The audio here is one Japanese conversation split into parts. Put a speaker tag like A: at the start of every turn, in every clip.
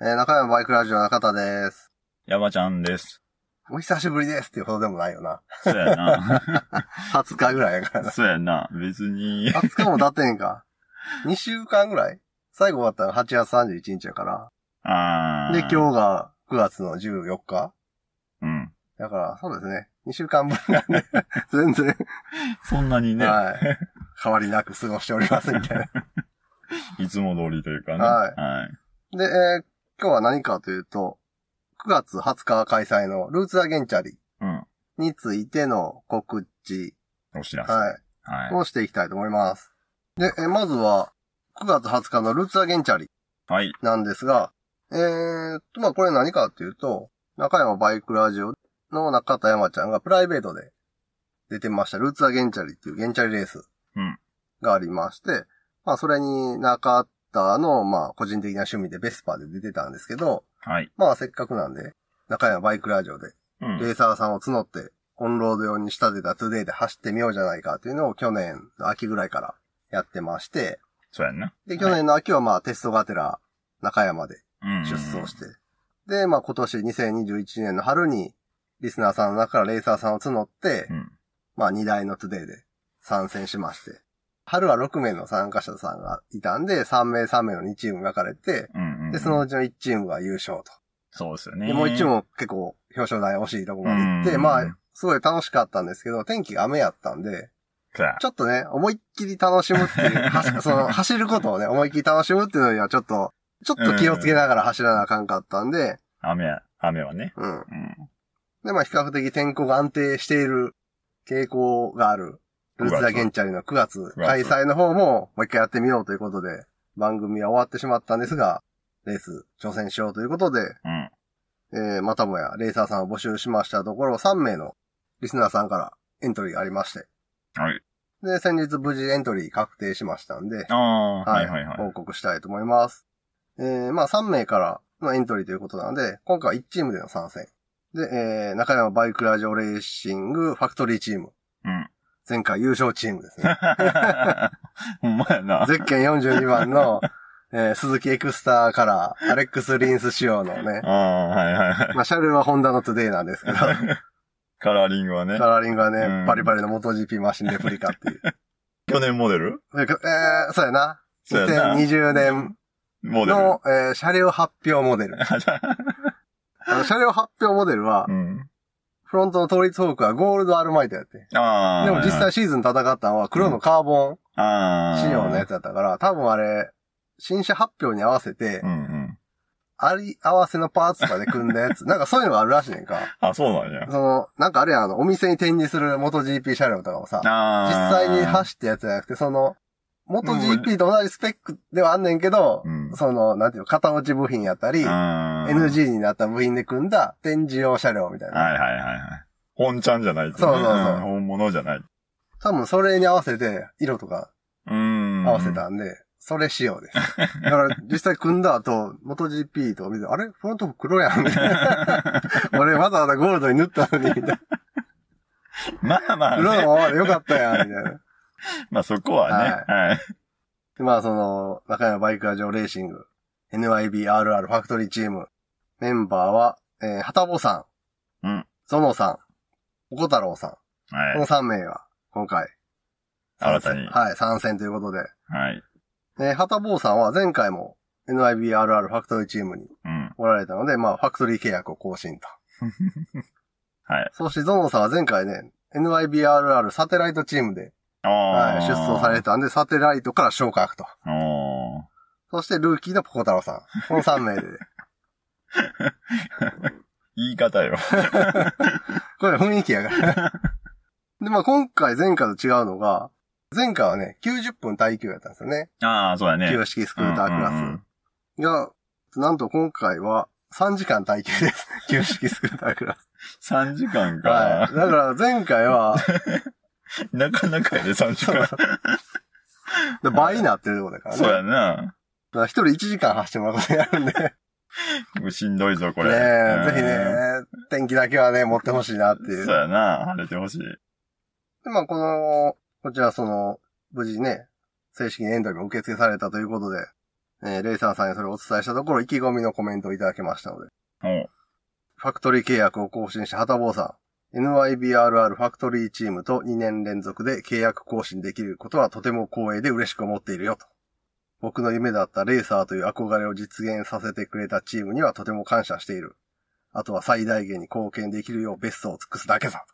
A: えー中山バイクラジオ中田です。
B: 山ちゃ んです。
A: お久しぶりですっていうほどでもないよな。
B: そうやな。
A: 20日ぐらいやからな。
B: そうやな。別に。
A: 20日も経ってんか。2週間ぐらい最後終わったの8月31日やから。
B: あー
A: で、今日。が9月の14日
B: うん。
A: だから、そうですね。2週間分なんで、 全然、
B: そんなにね、
A: はい。変わりなく過ごしておりますみたい
B: い、つも通りというかね。
A: はい
B: はい。
A: な。で、えー今日は何かというと、9月20日開催のルーツアゲンチャリ
B: うん。
A: についての告知、
B: お知らせ。
A: はい。
B: はい。
A: をしていきたいと思います。で、えーまずは、9月20日のルーツアゲンチャリ
B: はい。
A: なんですが、えーっと、まあ、これ何かっていうと、中山バイクラジオの中田山ちゃんがプライベートで出てました、ルーツアゲンチャリっていうゲンチャリレース
B: うん
A: がありまして、まあ、それに中田の、まあ、個人的な趣味でベスパーで出てたんですけど、
B: はい。
A: まあ、せっかくなんで、中山バイクラジオで
B: うん。
A: レーサーさんを募って、オンロード用に仕立てたトゥデイで走ってみようじゃないかというのを去年の秋ぐらいからやってまして、
B: そうやんな。
A: で、去年の秋はまあテストがてら中山で
B: うん。
A: 出走して、で、まあ今年2021年の春にリスナーさんの中からレーサーさんを募って、
B: うん。
A: まあ2台のトゥデイで参戦しまして、春は6名の参加者さんがいたんで、3名3名の2チーム分かれて、
B: うん、うん。
A: で、そのうちの1チームが優勝と。
B: そうですよね。
A: で、もう一も結構表彰台惜しいとこまで行って、
B: うん
A: まあ、すごい楽しかったんですけど、天気が雨やったんで、
B: か
A: ちょっとね、思いっきり楽しむっていう、 はその、走ることをね、思いっきり楽しむっていうのにはちょっと、ちょっと気をつけながら走らなあかんかったんで、
B: 雨や、雨はね。
A: うん。
B: うん。
A: で、まあ比較的天候が安定している傾向がある、ルーツダゲンチャリの9月開催の方も、もう一回やってみようということで、番組は終わってしまったんですが、レース挑戦しようということで、
B: うん。
A: えー、またもやレーサーさんを募集しましたところ、3名のリスナーさんからエントリーがありまして。
B: はい。
A: で、先日無事エントリー確定しましたんで、
B: ああー、はいはいはい。
A: 報告したいと思います。えー、まあ3名からのエントリーということなので、今回は1チームでの参戦。で、えー、中山バイクラジオレーシングファクトリーチーム。
B: うん。
A: 前回優勝チームですね。
B: ほんまやな。
A: ゼッケン42番の、えー、鈴木エクスターからアレックス・リンス仕様のね
B: あ、あ、はいはいはい。
A: まあ、シャルはホンダのトゥデイなんですけど、
B: カラーリングはね
A: カ、ラーリングはね、
B: うん
A: バリバリの MotoGP マシンレプリカ っていう。
B: 去年モデル
A: えー、そうやな。
B: そうやな
A: 2020年
B: モデル。
A: の、えー車両発表モデル。
B: あじゃあ
A: あの車両発表モデルは
B: う、ん。
A: フロントの倒立フォークはゴールドアルマイトやって。
B: ああ。
A: でも実際シーズン戦ったのは黒のカーボン
B: ああ。
A: 仕様のやつだったから、多分あれ、新車発表に合わせて
B: う、んうん。
A: あり合わせのパーツとかで組んだや つ、なんかそういうのがあるらしいねんか。
B: あ、そうなんや。
A: その、なんかあれやん、あの、お店に展示する MotoGP 車両とかもさ、実
B: ああ。
A: 際に走ったやつじゃなくて、その、元 GP と同じスペックではあんねんけど、
B: うん
A: その、なんていうの、型落ち部品やったり、
B: あー
A: NG になった部品で組んだ展示用車両みたい
B: はい
A: な。
B: はいはいはい。本ちゃんじゃないとね。
A: そうそうそうん
B: 本物じゃない。
A: 多分それに合わせて、色とか
B: うん。
A: 合わせたんで、それ仕 様です。だから実際組んだ後、元 GP とか見て、あれフロント黒 やんみたいな。俺わざわざゴールドに塗ったのに、みたいな
B: まあまあ、
A: 黒の
B: ね、
A: ままでよかったやん、みたいな。
B: まあそこはね。はい。
A: で、まあその、中山バイクラジオレーシング、NYBRR ファクトリーチーム、メンバーは、えー、はたぼさん、
B: うん
A: ゾノさん、おこたろうさん、こ
B: は
A: の
B: い。
A: 3名が、今回、
B: 新たに。は
A: はい、参戦ということで、
B: い。
A: えー、はたぼうさんは前回も NYBRR ファクトリーチームに
B: うん。
A: おられたので、まあ、ファクトリー契約を更新と。
B: はい。
A: そしてゾノさんは前回ね、NYBRR サテライトチームで、
B: あ
A: はい、
B: あ。
A: 出走され
B: て。
A: たんで、サテライトから昇格と。
B: おー
A: そしてルーキーのポコ太郎さん。この3名で。
B: 言い方よ。
A: これ雰囲気やから。で、まあ今回前回と違うのが、前回はね、90分耐久やったんですよね。
B: ああ、そうだね。
A: 旧式スクータークラス。
B: うんうんうん
A: が、なんと今回は3時間耐久です。旧式スクータークラス。
B: 3時間か。
A: はい。だから前回は、
B: なかなかやで、3時間。
A: 倍になってるってことだからね。
B: そうやな。
A: だから一人1時間走ってもらうことになるんで。ね
B: しんどいぞ、 これ。
A: え、ぜひ
B: うん。
A: ね、天気だけはね、持ってほしいなっていう。
B: そうやな。晴れてほしい。
A: で、まあ、この、こちらその、無事ね、正式にエントリーも受付されたということで、えーレイサーさんにそれをお伝えしたところ、意気込みのコメントをいただきましたので。
B: お う
A: ファクトリー契約を更新したハタボーさん。NYBRR ファクトリーチームと2年連続で契約更新できることはとても光栄で嬉しく思っているよと。僕の夢だったレーサーという憧れを実現させてくれたチームにはとても感謝している。あとは最大限に貢献できるようベストを尽くすだけさ。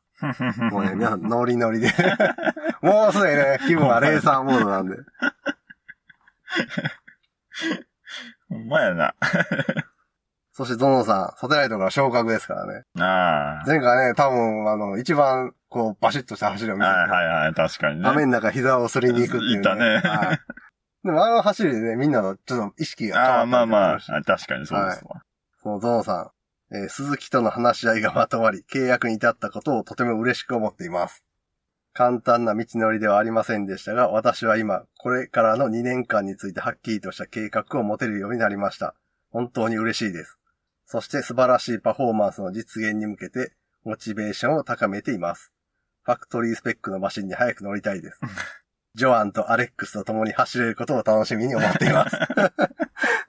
A: もうね、皆さんノリノリで。もうすでにね、気分はレーサーモードなんで。
B: ほんまやな。
A: そしてゾノさん、サテライトから昇格ですからね。
B: ああ。
A: 前回ね、多分あの、一番こうバシッとした走りを見せて、
B: はいはいはい、確かにね。
A: 雨の中膝をすりに行くっていう、
B: いたね
A: はい。でもあの走りでね、みんなのちょっと意識が変
B: あ
A: わっ
B: あ、
A: た
B: まあまあ、
A: みたいな話
B: あ確かにそうですわ。
A: そのゾノさん、えー鈴木との話し合いがまとまり、契約に至ったことをとても嬉しく思っています。簡単な道のりではありませんでしたが、私は今、これからの2年間についてはっきりとした計画を持てるようになりました。本当に嬉しいです。そして素晴らしいパフォーマンスの実現に向けて、モチベーションを高めています。ファクトリースペックのマシンに早く乗りたい です。ジョアンとアレックスと共に走れることを楽しみに思っています。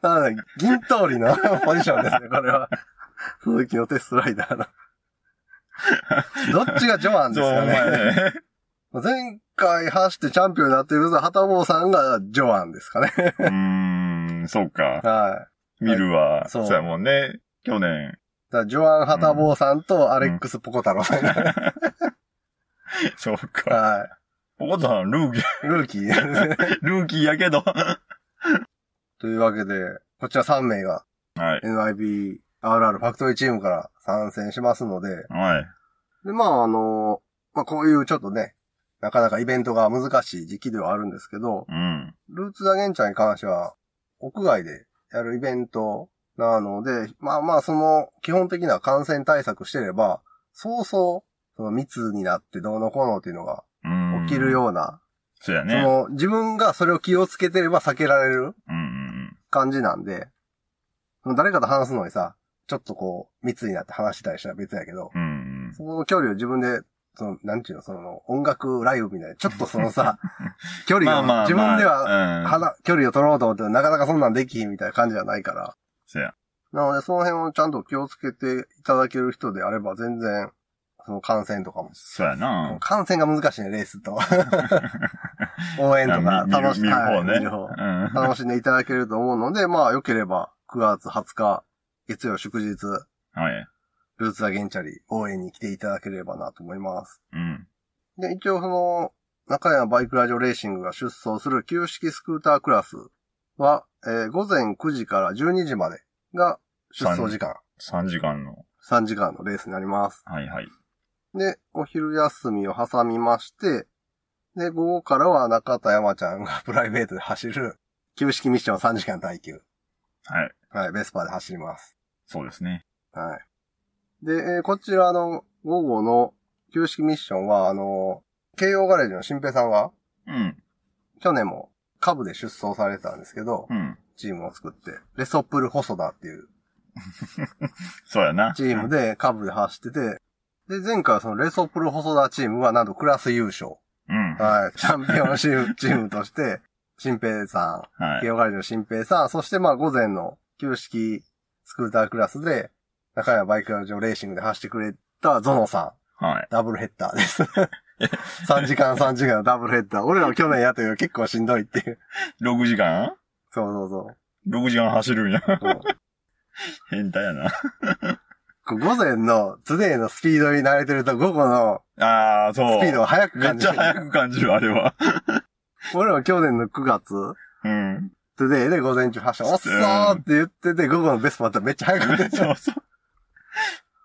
A: なので、銀通りの ポジションですね、これは。鈴木のテストライダ ーの。どっちがジョアンで
B: そ
A: す
B: う、
A: か
B: お前
A: ね。
B: ね。
A: 前回走ってチャンピオンになってるハタボーさんがジョアンですかね。
B: うーん、 そうか。
A: は
B: 見るわ。
A: そ
B: そううやもんね。去年。
A: い。だからジョアン・ハタボーさんとアレックス・ポコ太郎さんが、
B: そうか。
A: は
B: おこさん、ルーキー、
A: い。ルーキーですね。
B: ルーキーやけど。は
A: というわけで、こちら3名が
B: い。
A: NIB、RR ファクトリーチームから参戦しますので、
B: はい。
A: で、まああの、まあこういうちょっとね、なかなかイベントが難しい時期ではあるんですけど、
B: うん。
A: ルーツダゲンチャーに関しては、屋外でやるイベントなので、まあまあその基本的な感染対策してれば、そうそう、その密になってどうのこうのっていうのが
B: うん。
A: 起きる。ような、
B: そうや
A: そ
B: ね。
A: の自分がそれを気をつけてれば避けられる
B: うんうん
A: 感じなんで、その誰かと話すのにさ、ちょっとこう、密になって話したりしたら別やけど、
B: うん。うん
A: その距離を自分で、その、なんちゅうの、その、音楽ライブみたいな、ちょっとその さ、距
B: うん。
A: 離を、自分では、
B: は、
A: 離、距離を取ろうと思っても、なかなかそんなんできひんみたいな感じじゃないから。
B: そうや。
A: なので、その辺をちゃんと気をつけていただける人であれば、全然、その感染とかも。
B: そうやな。
A: 感染が難しいね、レース と。応援とか、
B: 見る
A: 楽し
B: 見る
A: はい
B: 方ね。
A: 見る方
B: うん。
A: 楽しんでいただけると思うので、まあ、良ければ、9月20日、月曜祝日、
B: はい。
A: ルーツアゲンチャリ、応援に来ていただければなと思います。
B: うん。
A: で、一応その、中山バイクラジオレーシングが出走する旧式スクータークラスは、えー午前9時から12時までが出走時間、
B: 3時間の。
A: 3時間のレースになります。
B: はいはい。
A: で、お昼休みを挟みまして、で、午後からは中田山ちゃんが プライベートで走る旧式ミッション3時間耐久。
B: はい。
A: はい、ベスパーで走ります。
B: そうですね。
A: はい。で、えーこちらの午後の旧式ミッションは、あの、慶応ガレージの新平さんが、
B: うん。
A: 去年も株で出走されてたんですけど
B: う、ん。
A: チームを作って、レソプル細田っていう
B: そうやな。
A: チームで株で走ってて、で、前回はそのレソプル細田チームはなんとクラス優勝。
B: うん。は
A: はい。 チャンピオンシームチームとして、新平さん、慶
B: い。
A: 応ガレージの新平さん、そしてまあ午前の旧式スクータークラスで、中山バイクラジオレーシングで走ってくれたゾノさん、
B: はい。
A: ダブルヘッダーです。3時間3時間のダブルヘッダー。俺らは去年やったけど結構しんどいっていう。
B: 6時間
A: そうそうそう
B: ?6 時間走るんや。
A: そう。
B: 変態やな。
A: こう午前の、トゥデイのスピードに慣れてると午後の
B: ああ、そう。
A: スピードを速く
B: めっ
A: 感
B: ち
A: じる
B: ゃ。速く感じる、あれは。
A: 俺は去年の9月、
B: うん。
A: トゥデイで午前中走った。おっそーって言ってて、午後のベストだったらめっちゃ速く感じる。
B: そうそう。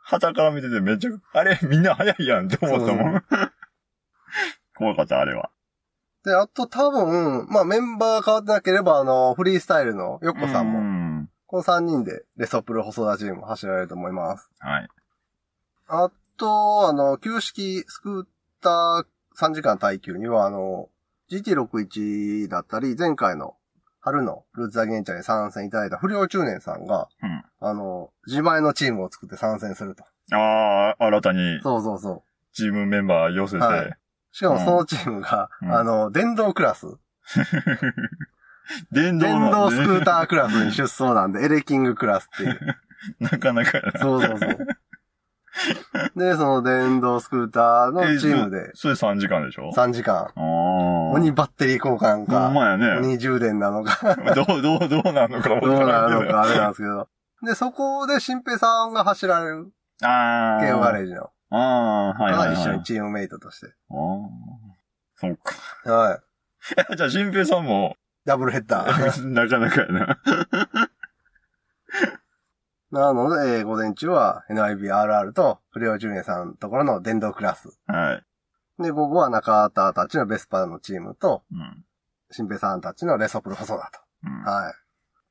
B: 旗から見ててめっちゃ、あれみんな速いやんって思ったもん。 怖かった、あれは。
A: で、あと多分、まあメンバー変わってなければ、あの、フリースタイルのヨッコさんも、
B: も。
A: この3人でレソプル細田チーム走られると思います。
B: はい。
A: あと、あの、旧式スクーター3時間耐久には、あの、GT61 だったり、前回の春のルーツ・ザ・ゲンチャーに参戦いただいた不良中年さんが、
B: うん。
A: あの、自前のチームを作って参戦すると。
B: ああ、新たに
A: そうそうそ
B: チームメンバー寄せて。
A: はい
B: う
A: う。しかもそのチームが、
B: うん
A: あの、電動クラス。
B: 電動
A: 電
B: な
A: 動
B: ん
A: ス
B: で
A: ク
B: ね
A: ータークラスに出走なんで、エレキングクラスっていう。
B: なかなかやな。
A: そうそう そう。で、その電動スクーターのチームで
B: えそれ3時間でしょ
A: 3時間。
B: ああ。
A: 鬼バッテリー交換
B: ほん
A: か、
B: まやね。
A: 鬼充電なのか、
B: どう、どう、どうなのかわ
A: ど
B: か
A: うな
B: らんけ
A: の
B: ど
A: かあれなんですけど。で、そこで新平さんが走られる、
B: ああ。
A: ケンガレージの。
B: ああ、はいはい、
A: が
B: はい。
A: 一緒にチームメイトとして。
B: ああ。そうか。
A: はい。
B: えじゃあ、新平さんも、
A: ダブルヘッダー。
B: なかなかやな。
A: なので、えー午前中は NIBRR と不良純也さんのところの電動クラス。
B: はい。
A: で、午後は中田たちのベスパーのチームと、
B: うん。
A: 新平さんたちのレソプル細田
B: うん
A: と。は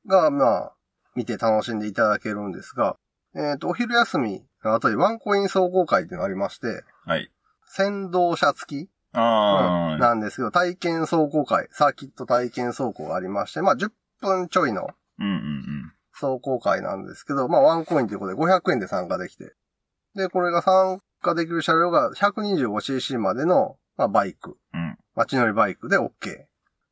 A: い。が、まあ、見て楽しんでいただけるんですが、えっ、と、お昼休みの後にワンコイン総合会っていうのがありまして、
B: はい。
A: 先導車付き、
B: ああ、
A: なんですけど、体験走行会、サーキット体験走行がありまして、まあ、10分ちょいの
B: うんうんうん。
A: 走行会なんですけど、まあワンコインということで500円で参加できて。で、これが参加できる車両が 125cc までの、まあ、バイク。
B: うん
A: 街乗りバイクで OK。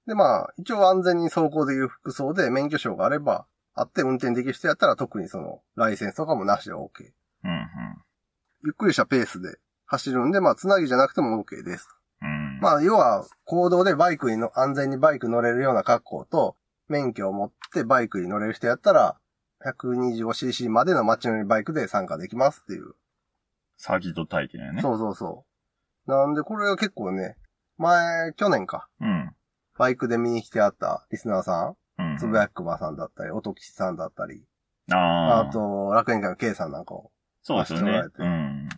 A: で、まあ、一応安全に走行できる服装で免許証があれば、あって運転できる人やったら特にその、ライセンスとかもなしで OK。
B: うん
A: ゆっくりしたペースで走るんで、まあ、つなぎじゃなくても OK です。
B: うん。うん。あ、
A: まあ、要は、行動でバイクにの、安全にバイク乗れるような格好と、免許を持ってバイクに乗れる人やったら、125cc までの街乗りバイクで参加できますっていう。
B: サーキット体験やね。
A: そうそうそう。なんで、これは結構ね、前、去年か、
B: うん。
A: バイクで見に来てあったリスナーさ
B: うん
A: ん、つぶやくまさんだったり、おときさんだったり、
B: あ
A: あ
B: あ。
A: と、楽園会の K さんなんかを。
B: そうですよね。うん。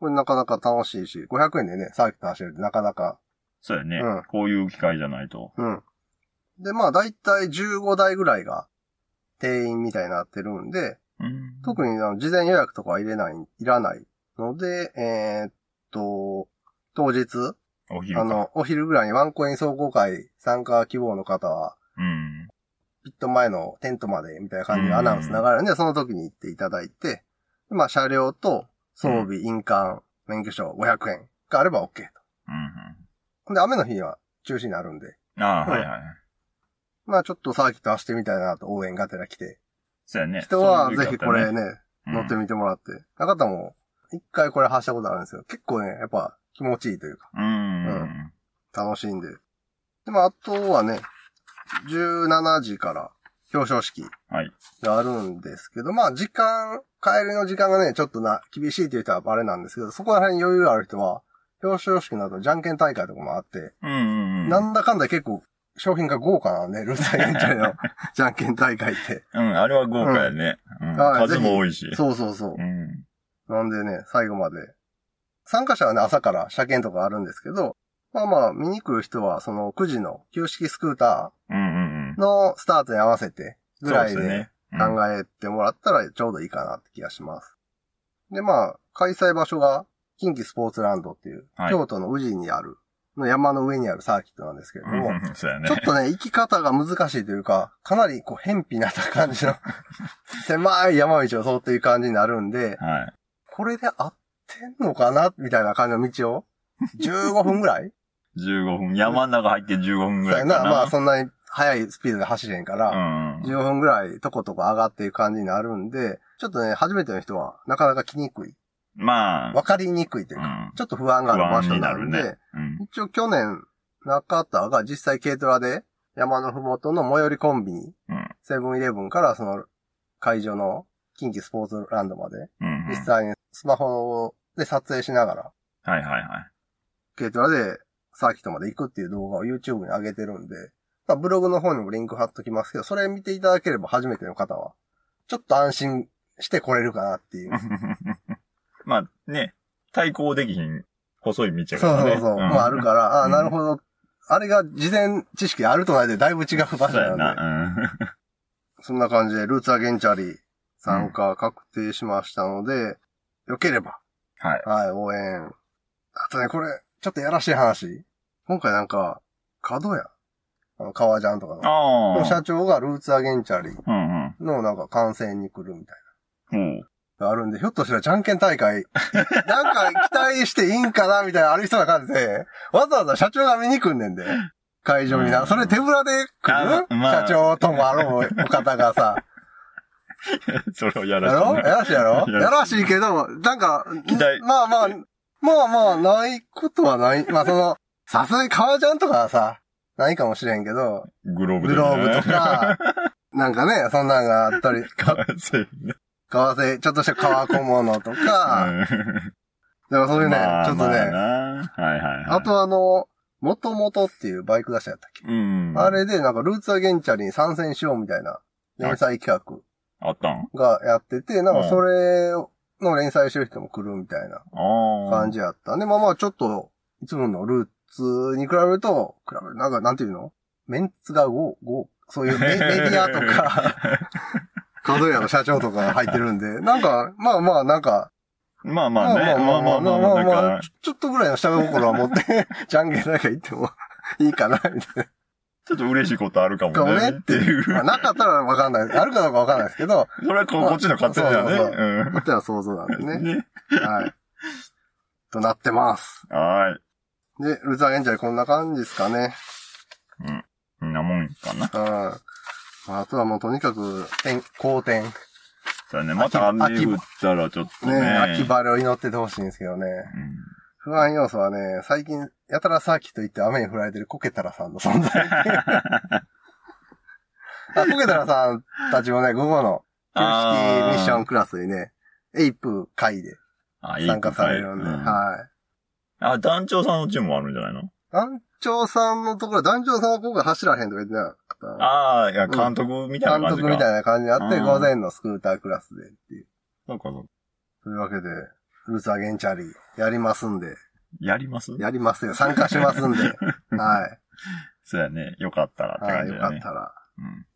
A: これなかなか楽しいし、500円でね、サーキット走れるってなかなか、
B: そうやね、
A: うん
B: こういう機会じゃないと。
A: うん。で、まあ、だいたい15台ぐらいが定員みたいになってるんで、
B: うん
A: 特にあの事前予約とかは入れない、いらないので、えーっと、当日、
B: お昼か。
A: あの、お昼ぐらいにワンコイン総合会参加希望の方は、
B: うん。
A: ピット前のテントまでみたいな感じでアナウンス流れるんで、その時に行っていただいて、まあ、車両と装備、印鑑、免許証500円があれば OK
B: うん
A: と。で、雨の日は中止になるんで、
B: うん。ああ、はいはい。
A: まあ、ちょっとサーキット走ってみたいなと応援がてら来て、
B: そうやね。
A: 人は
B: そういう
A: ぜ
B: 時
A: ひ
B: だ
A: こ
B: た
A: れ
B: ね、
A: ね、乗ってみてもらって。なかったも、一回これ走ったことあるんですよ。結構ね、やっぱ気持ちいいというか、
B: うん。うん
A: う楽しいんで。でもあとはね、17時から表彰式
B: はい。
A: があるんですけど、まあ時間、帰りの時間がね、ちょっとな、厳しいという人はあれなんですけど、そこら辺に余裕がある人は、表彰式などじゃんけん大会とかもあって、
B: うんうんうん。
A: なんだかんだ結構、商品が豪華なんで、ルーサイエンチャイの じゃんけん大会って。
B: うん、あれは豪華やね。うん
A: はい
B: 数も多いし。
A: そうそうそう。
B: うん。
A: なんでね、最後まで。参加者はね、朝から車検とかあるんですけど、まあまあ、見に来る人は、その9時の旧式スクータ
B: うんうんうん
A: ー。のスタートに合わせて、ぐらい
B: そうです
A: で
B: ね。うん
A: 考えてもらったらちょうどいいかなって気がします。で、まあ、開催場所が、近畿スポーツランドっていう、
B: はい
A: 京都の宇治にある、の山の上にあるサーキットなんですけれども、
B: うんそうやね。
A: ちょっとね、行き方が難しいというか、かなりこう、偏僻な感じの、 狭い山道を通っていく感じになるんで、
B: はい。
A: これで合ってんのかなみたいな感じの道を ?15 分ぐらい
B: 15分。山の中入って15分ぐ
A: そう
B: ら
A: や
B: いか
A: な。
B: な。
A: まあそんなに速いスピードで走れへんから、
B: うんうん。
A: 15分ぐらいとことこ上がっていく感じになるんで、ちょっとね、初めての人はなかなか来にくい。
B: まあ、
A: わかりにくいというか、
B: うん
A: ちょっと不安がある場所なん
B: 不安にな
A: で、
B: るうん。
A: 一応去年、中田が実際軽トラで山のふもとの最寄りコンビニ、
B: うん
A: セブンイレブンからその会場の近畿スポーツランドまで、
B: うんうん。
A: 実際にスマホで撮影しながら、
B: はいはいはい。
A: 軽トラでサーキットまで行くっていう動画を YouTube に上げてるんで、まあ、ブログの方にもリンク貼っときますけど、それ見ていただければ初めての方は、ちょっと安心して来れるかなっていう。
B: まあね、対抗できひん細い道
A: そう
B: やから
A: そ
B: ね。
A: うそう。
B: ん
A: まああるから、ああ、
B: うん
A: なるほど。あれが事前知識あるとないでだいぶ違う場所
B: そうや
A: なんで、
B: な。
A: そんな感じでルーツアゲンチャリ参加確定しましたので、良ければ、
B: うん。はい。
A: はい、応援。あとね、これ、ちょっとやらしい話。今回なんか、角や。あの、革ジャンとかの。
B: あ
A: の
B: あ。
A: 社長がルーツアゲンチャリ
B: うんうん。
A: のなんか観戦に来るみたい
B: も
A: な。あるんで、ひょっとしたらじゃんけん大 会、なんか期待していいんかなみたいな、ある人な感じで、わざわざ社長が見に来んねんで。会場にな。
B: うん
A: それ手ぶらで来る、
B: あまあ
A: 社長ともあろうお方がさ。
B: それを や
A: や
B: ら
A: ろや
B: せてな。
A: らしいやろ
B: い
A: や
B: や
A: らしいけど、なんか、
B: 期待
A: まあまあ、まあまあ、ないことはない。まあその、さすがに革ジャンとかはさ、ないかもしれんけど、
B: グローブ
A: グ
B: で、ね。
A: ローブと か、なんかね、そんなんがあったり、
B: かわいそうね。
A: 革製、ちょっとした革小物 とか、だからそう
B: う
A: いうんね、
B: まあ
A: ちょっと
B: まあ
A: ね、
B: なはいはいはい。
A: あ、とあの、もともとっていうバイク出しやったっけ、
B: うん。
A: あれでなんかルーツアゲンチャリに参戦しようみたいな連載企画
B: あったん
A: がやってて、なんかそれの連載してる人も来るみたいな。
B: ああ。
A: 感じやった。で、まあまあ、ちょっと、いつものルーツに比べると、比べる、なんか、なんていうのメンツが5、5、そう いうメメディアとか、角屋の社長とかが入ってるんで、なんか、まあまあ、なんか、
B: まあまあね。まあまあまあまあ、なんか
A: ち、ょちょっとぐらいの下心は持って、 じゃんけんだけ行ってもいいかな、み たい
B: ちょっと嬉しいことあるか
A: な。か
B: も
A: も
B: ね。
A: ね
B: っ
A: ってて
B: い
A: いうう。。まあ、なかったらわかんない。あるかどうかわかんないですけ ど、
B: それはこうこっちの勝手だ
A: そ
B: よ
A: うそうそ
B: ね。
A: こっちは想像なん
B: う
A: で
B: ん。
A: ね。
B: ね。
A: はい。となってます。
B: は
A: で、ルーツアゲンジャーこんな感じですかね。
B: い。んなもんかな。
A: うん。あとはもうとにかく、天、好転。ね
B: だね。また雨降ったらちょっとね。
A: 秋晴れを祈っててほしいんですけどね。
B: うん
A: 不安要素はね、最近、やたらサーキット行って雨に降られてるコケタラさんの存 在。あコケタラさんたちもね、午後の、旧式ミッションクラスにね、エイプ会で
B: あー、いい
A: 参加されるんで、
B: うん
A: はい。
B: あ、団長さんのチームもあるんじゃないの
A: 団長さんのところ、団長さんは今回走らへんとか言ってなかった。
B: ああ、いや、監督みたい
A: 監
B: な感じ
A: 督
B: か。
A: みたいな感じになって、
B: うん
A: 午前のスクータークラスでっていう。
B: そうかそうか
A: というわけで、ルーツアゲンチャリやりますんで、
B: やります
A: やります よ。参加しますんで。はい。
B: そうやね。よかったらって
A: は
B: 感
A: い、
B: じ
A: よ
B: だ
A: か
B: ね
A: っ。たら。
B: うん